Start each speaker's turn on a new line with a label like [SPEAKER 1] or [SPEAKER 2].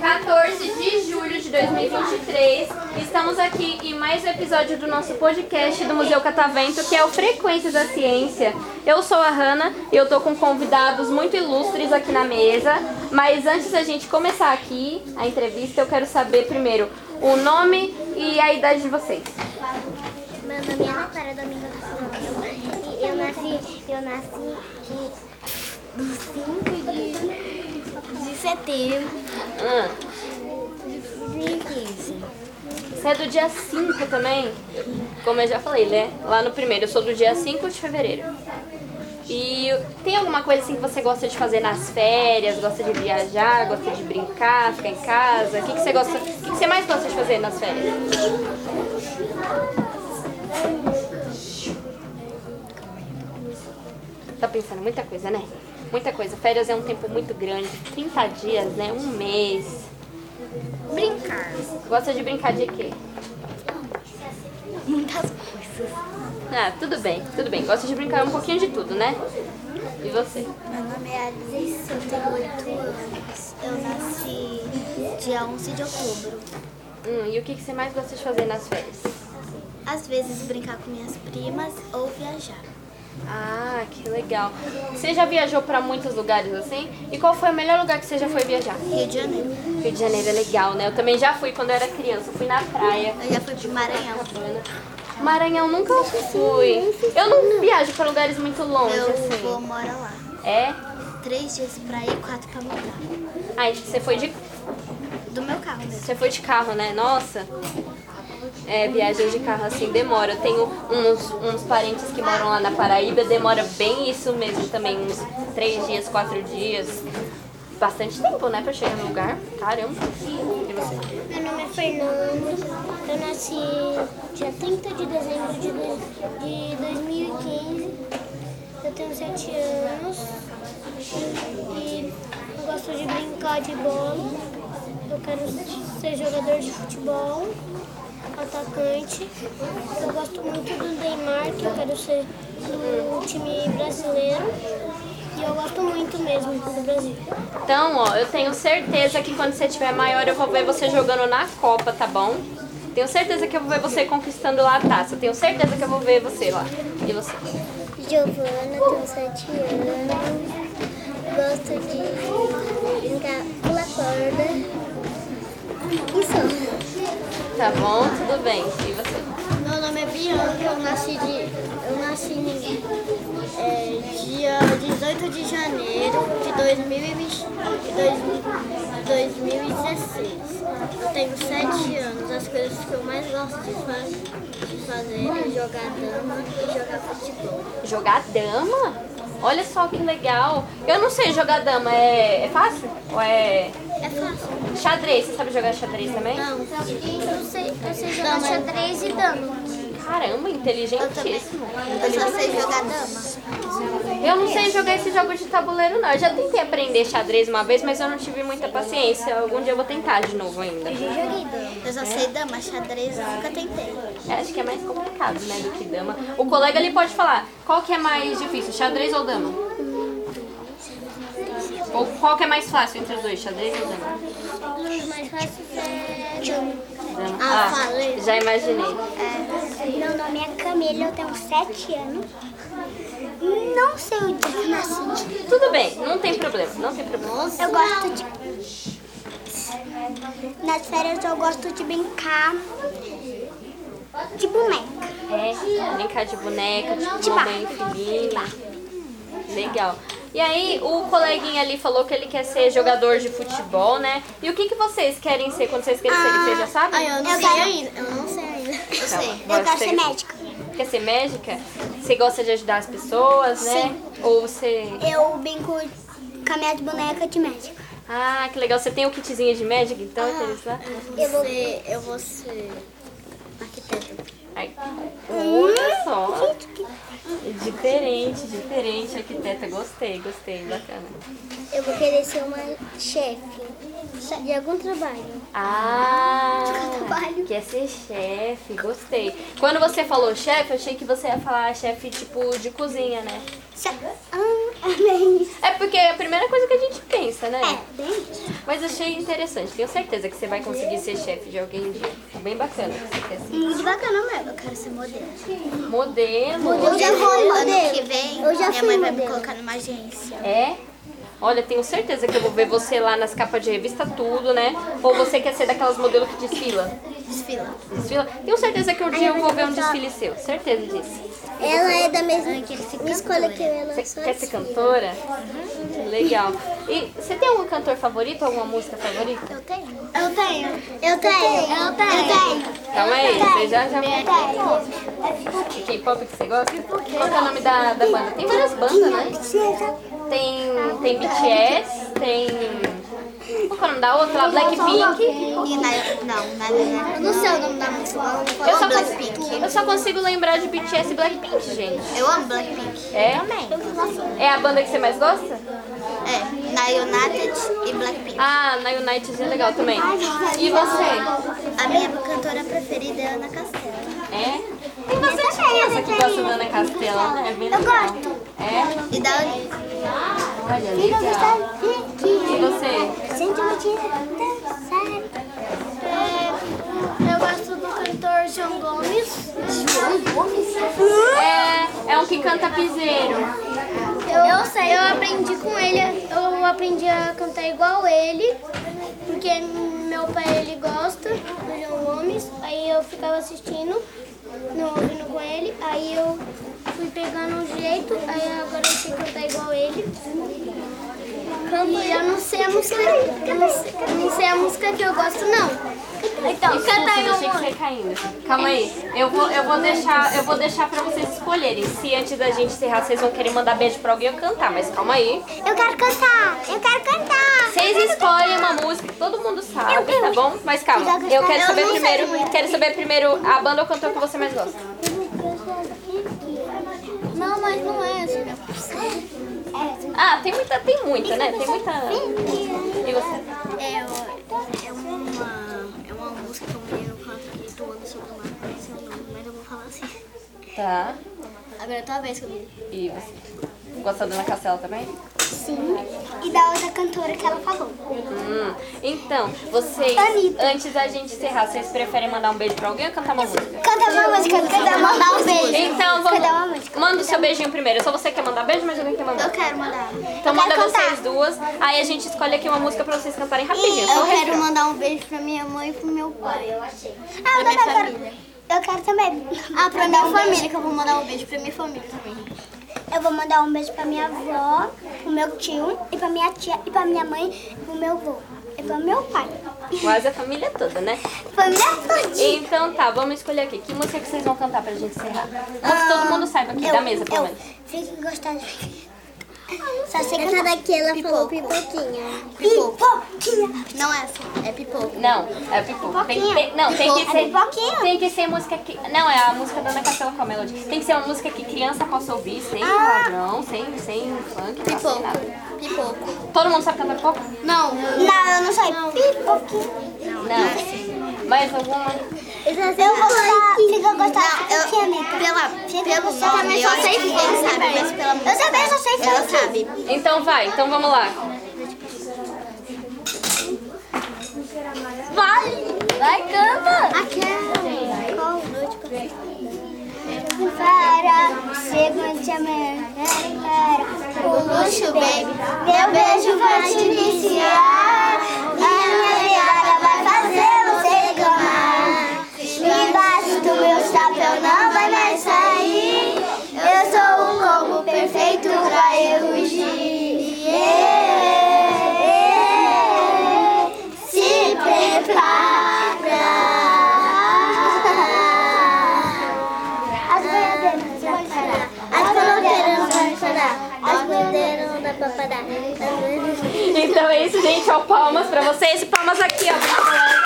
[SPEAKER 1] 14 de julho de 2023. Estamos aqui em mais um episódio do nosso podcast do Museu Catavento, que é o Frequências da Ciência. Eu sou a Hanna e eu tô com convidados muito ilustres aqui na mesa. Mas antes da gente começar aqui a entrevista, eu quero saber primeiro o nome e a idade de vocês.
[SPEAKER 2] Meu nome é Ana Clara Domingo da Silva. E Eu nasci, eu nasci de, do 5 de, de setembro
[SPEAKER 1] Hum,
[SPEAKER 2] de 2015.
[SPEAKER 1] você é do dia 5 também? Como eu já falei, né? Lá no primeiro, eu sou do dia 5 de fevereiro. E tem alguma coisa assim que você gosta de fazer nas férias? Gosta de viajar? Gosta de brincar? Ficar em casa? O que, que você gosta? O que, que você mais gosta de fazer nas férias? Tá pensando muita coisa, né? Muita coisa. Férias é um tempo muito grande, 30 dias, né? Um mês.
[SPEAKER 2] Brincar.
[SPEAKER 1] Gosta de brincar de quê?
[SPEAKER 2] Muitas coisas.
[SPEAKER 1] Ah, tudo bem, tudo bem. Gosta de brincar um pouquinho de tudo, né? E você?
[SPEAKER 2] Meu nome é Alice, eu tenho 8 anos. Eu nasci dia 11 de outubro.
[SPEAKER 1] Hum, e o que, que você mais gosta de fazer nas férias?
[SPEAKER 2] Às vezes brincar com minhas primas ou viajar.
[SPEAKER 1] Ah, que legal. Você já viajou pra muitos lugares assim? E qual foi o melhor lugar que você já foi viajar?
[SPEAKER 2] Rio de Janeiro.
[SPEAKER 1] Rio de Janeiro é legal, né? Eu também já fui quando eu era criança. Eu fui na praia.
[SPEAKER 2] Eu já fui pro Maranhão.
[SPEAKER 1] Maranhão nunca fui. Eu não viajo pra lugares muito longe
[SPEAKER 2] Meu avô
[SPEAKER 1] assim.
[SPEAKER 2] mora lá.
[SPEAKER 1] É?
[SPEAKER 2] Três dias pra ir, quatro pra voltar.
[SPEAKER 1] Ah, e você foi de
[SPEAKER 2] Do meu carro mesmo.
[SPEAKER 1] Você foi de carro, né? Nossa. É, viagem de carro assim demora. Eu tenho uns, uns parentes que moram lá na Paraíba, demora bem isso mesmo também, uns três dias, quatro dias. Bastante tempo, né, pra chegar no lugar. Caramba. E você?
[SPEAKER 3] Meu nome é Fernando, eu nasci dia 30 de dezembro de, dois- de 2015, eu tenho 7 anos e eu gosto de brincar de bola, eu quero ser jogador de futebol, atacante, eu gosto muito do Neymar, que eu quero ser do time brasileiro e eu gosto muito mesmo do Brasil.
[SPEAKER 1] Então, ó, eu tenho certeza que quando você tiver maior eu vou ver você jogando na Copa, tá bom? Tenho certeza que eu vou ver você conquistando lá a taça. Tenho certeza que eu vou ver você lá. E você?
[SPEAKER 3] Giovana, tenho 7 anos. Gosto de brincar, pular corda. E só.
[SPEAKER 1] Tá bom? Tudo bem. E você?
[SPEAKER 3] Meu nome é Bianca, eu nasci, de, eu nasci em, é, dia 18 de janeiro de 2020, de dois- 2016. Eu tenho 7 anos. As coisas que eu mais gosto de, fa- de fazer é jogar dama e jogar futebol.
[SPEAKER 1] Jogar dama? Olha só que legal. Eu não sei jogar dama, é, é fácil? Ou é.
[SPEAKER 3] É fácil.
[SPEAKER 1] Xadrez, você sabe jogar xadrez também?
[SPEAKER 3] Não, é eu sei, eu sei jogar xadrez e dama.
[SPEAKER 1] Caramba, inteligentíssimo.
[SPEAKER 2] Eu só sei jogar dama.
[SPEAKER 1] Eu não sei jogar esse jogo de tabuleiro, não. Eu já tentei aprender xadrez uma vez, mas eu não tive muita paciência. Algum dia eu vou tentar de novo ainda.
[SPEAKER 2] Eu só sei dama, xadrez, eu nunca tentei.
[SPEAKER 1] Eu acho que é mais complicado, né, do que dama. O colega ali pode falar, qual que é mais difícil, xadrez ou dama? Ou qual que é mais fácil entre os dois, xadrez ou dama?
[SPEAKER 3] Os mais fáceis é dama.
[SPEAKER 1] Dama.
[SPEAKER 2] Ah, falei.
[SPEAKER 1] já imaginei.
[SPEAKER 3] Meu nome é Camila, eu tenho 7 anos. Não sei o dia que nasci.
[SPEAKER 1] Tudo bem, não tem problema, não tem problema.
[SPEAKER 3] Eu gosto de. Nas férias eu gosto de brincar de boneca.
[SPEAKER 1] É, brincar de boneca, tipo
[SPEAKER 3] De
[SPEAKER 1] mamãe e
[SPEAKER 3] bar.
[SPEAKER 1] filhinho. Legal. E aí, o coleguinha ali falou que ele quer ser jogador de futebol, né? E o que, que vocês querem ser quando vocês querem ser? Vocês
[SPEAKER 3] Ah,
[SPEAKER 1] já sabem?
[SPEAKER 2] eu não sei ainda. Eu não sei ainda. Eu
[SPEAKER 1] Então,
[SPEAKER 2] sei.
[SPEAKER 1] agora
[SPEAKER 3] Eu quero
[SPEAKER 1] você
[SPEAKER 3] ser médica.
[SPEAKER 1] Quer ser médica? Você gosta de ajudar as pessoas, né? Ou você...
[SPEAKER 3] Eu brinco com a minha boneca de médica.
[SPEAKER 1] Ah, que legal. Você tem o kitzinho de médica, então?
[SPEAKER 3] Ah.
[SPEAKER 1] aqueles lá?
[SPEAKER 2] Eu vou ser. Eu vou ser. Arquiteto.
[SPEAKER 1] Ai,
[SPEAKER 3] Hum,
[SPEAKER 1] olha só. Diferente, diferente. Arquiteta, gostei, gostei. Bacana.
[SPEAKER 3] Eu vou querer ser uma chefe de algum trabalho.
[SPEAKER 1] Ah, quer ser chefe, gostei. Quando você falou chefe, eu achei que você ia falar chefe tipo de cozinha, né?
[SPEAKER 2] Ah, é bem isso.
[SPEAKER 1] É porque é a primeira coisa que a gente pensa, né?
[SPEAKER 2] É, bem isso.
[SPEAKER 1] Mas achei interessante. Tenho certeza que você vai conseguir ser chefe de alguém um dia. Bem bacana. Você quer ser
[SPEAKER 2] Muito bacana mesmo, eu quero ser modelo.
[SPEAKER 1] modelo.
[SPEAKER 2] Eu já fui modelo.
[SPEAKER 4] que vem,
[SPEAKER 2] Eu já
[SPEAKER 4] minha
[SPEAKER 2] fui
[SPEAKER 4] mãe vai me
[SPEAKER 2] modelo.
[SPEAKER 4] colocar numa agência.
[SPEAKER 1] É? Olha, tenho certeza que eu vou ver você lá nas capas de revista tudo, né? Ou você quer ser daquelas modelos que desfila?
[SPEAKER 4] Desfila.
[SPEAKER 1] Desfila? Tenho certeza que um dia eu vou ver um desfile seu. Certeza disso.
[SPEAKER 2] Ela é da mesma
[SPEAKER 4] Eu quero ser
[SPEAKER 2] escola que
[SPEAKER 4] cantora.
[SPEAKER 2] eu, ela
[SPEAKER 1] Você quer ser cantora? Uhum, Legal. E você tem algum cantor favorito, alguma música favorita?
[SPEAKER 4] Eu tenho.
[SPEAKER 2] Eu tenho. Eu tenho. Eu tenho.
[SPEAKER 1] Calma aí, você já já
[SPEAKER 2] Eu tenho.
[SPEAKER 1] Que K-pop que você gosta? Qual que é o nome da, da banda? Tem várias bandas, né? Tem, tem BTS, tem. Qual que é o nome da outra? Blackpink.
[SPEAKER 4] E na, não, na, na,
[SPEAKER 2] Eu não sei o nome da música.
[SPEAKER 1] Eu só,
[SPEAKER 4] Blackpink.
[SPEAKER 1] consigo, eu só consigo lembrar de BTS e Blackpink, gente.
[SPEAKER 4] Eu amo Blackpink.
[SPEAKER 1] É?
[SPEAKER 2] Nossa,
[SPEAKER 1] É a banda que você mais gosta?
[SPEAKER 4] É, na United e Blackpink.
[SPEAKER 1] Ah, na United é legal também. E você?
[SPEAKER 4] A minha cantora preferida é Ana Castela.
[SPEAKER 1] É? Tem bastante criança que gosta da Ana Castela, né? É bem legal. É?
[SPEAKER 4] E da Anitta.
[SPEAKER 1] Olha, legal. E você?
[SPEAKER 3] É,
[SPEAKER 2] Eu gosto do cantor João Gomes. João Gomes?
[SPEAKER 3] Hum?
[SPEAKER 1] É, é um que canta piseiro.
[SPEAKER 2] Eu, sei. Eu aprendi com ele, eu aprendi a cantar igual ele, porque meu pai ele gosta do João Gomes. Aí eu ficava assistindo, não ouvindo com ele. Aí eu fui pegando um jeito, aí agora eu sei cantar igual ele. E eu não sei a música, eu não sei, eu não sei a música que eu gosto não. Então,
[SPEAKER 1] Desculpa, eu deixei que você caindo. Calma aí, eu vou, eu vou deixar, eu vou deixar pra vocês escolherem. Se antes da gente encerrar, vocês vão querer mandar beijo pra alguém ou cantar, mas calma aí.
[SPEAKER 2] Eu quero cantar, eu quero cantar.
[SPEAKER 1] Vocês escolhem uma música que todo mundo sabe, tá bom? Mas calma, eu quero saber primeiro, quero saber primeiro a banda ou cantor que você mais gosta.
[SPEAKER 2] Não, mas não é essa.
[SPEAKER 1] Ah, tem muita, tem muita, né? Tem muita. E você?
[SPEAKER 4] É, ó, é uma, é uma música que o menino canta que do Anderson Bruno, eu não sei o nome, mas eu vou falar assim.
[SPEAKER 1] Tá.
[SPEAKER 4] Agora é a tua vez comigo.
[SPEAKER 1] E você? Gosta da Ana Castela também?
[SPEAKER 2] Sim. E da outra cantora que ela falou.
[SPEAKER 1] Hum. Então, vocês,
[SPEAKER 2] Anitta.
[SPEAKER 1] antes da gente encerrar, vocês preferem mandar um beijo pra alguém ou cantar uma música?
[SPEAKER 2] Canta uma música, canta uma Dá um beijo.
[SPEAKER 1] Então, vamos.
[SPEAKER 2] Cada uma música.
[SPEAKER 1] Manda o seu beijinho primeiro. Só você quer mandar beijo, mas alguém quer mandar.
[SPEAKER 4] Eu quero mandar.
[SPEAKER 1] Então
[SPEAKER 2] eu
[SPEAKER 1] manda
[SPEAKER 2] quero
[SPEAKER 1] vocês
[SPEAKER 2] cantar.
[SPEAKER 1] duas. Aí a gente escolhe aqui uma música pra vocês cantarem rapidinho. é só
[SPEAKER 4] Eu quero
[SPEAKER 1] respirar.
[SPEAKER 4] mandar um beijo pra minha mãe e pro meu pai.
[SPEAKER 2] Ah,
[SPEAKER 4] Pra minha
[SPEAKER 2] eu quero-
[SPEAKER 4] família.
[SPEAKER 2] Eu quero também.
[SPEAKER 4] Ah, pra minha família, que eu vou mandar um beijo pra minha família também.
[SPEAKER 2] Eu vou mandar um beijo pra minha avó, pro meu tio, e pra minha tia, e pra minha mãe, pro meu avô, e pro meu pai.
[SPEAKER 1] Quase a família toda, né?
[SPEAKER 2] Família toda.
[SPEAKER 1] Então tá, vamos escolher aqui. Que música que vocês vão cantar pra gente encerrar? Pra que
[SPEAKER 2] Ah,
[SPEAKER 1] todo mundo saiba aqui da mesa, pelo menos.
[SPEAKER 2] Fique gostando. Só sei que essa daqui ela falou pipoquinha. Pipoquinha.
[SPEAKER 4] Não essa, é pipoca.
[SPEAKER 1] Não, é pipoca. Tem que ter- não, tem que
[SPEAKER 2] Pipoca. É
[SPEAKER 1] ser.
[SPEAKER 2] pipoquinha.
[SPEAKER 1] Tem que ser música que. Não, é a música da Ana Castela com a Melody. Tem que ser uma música que criança possa ouvir, sem palavrão, sem, sem funk, tá, sem
[SPEAKER 4] Pipoco.
[SPEAKER 1] nada.
[SPEAKER 4] Pipoco.
[SPEAKER 1] Todo mundo sabe cantar pipoca?
[SPEAKER 4] Não.
[SPEAKER 2] Não, eu não sei. Pipoquinha.
[SPEAKER 1] Não. Mais alguma?
[SPEAKER 2] Eu vou gostar. é Fica gostando.
[SPEAKER 4] eu-
[SPEAKER 2] Tia Mita.
[SPEAKER 4] Pela,
[SPEAKER 2] Fica
[SPEAKER 4] pelo
[SPEAKER 2] gostando.
[SPEAKER 4] nome, eu sei que ele sabe, mas pela música.
[SPEAKER 2] Eu também só sei
[SPEAKER 4] Ela
[SPEAKER 2] funk.
[SPEAKER 4] sabe.
[SPEAKER 1] Então vai, então vamos lá. Vai! Vai, canta!
[SPEAKER 2] Aquela noite para segundo amanhã para o luxo, baby. Meu beijo vai te iniciar. A minha viada vai fazer você gamar. Embaixo do meu chapéu não vai mais sair. Eu sou o combo perfeito pra eu fugir. Yeah. Se prepara. As bandeiras não vão parar. As bandeiras não vão parar. As bandeiras não dá pra parar. As bandeiras-
[SPEAKER 1] Então é isso, gente. Ó, palmas pra vocês e palmas aqui, ó. pra galera.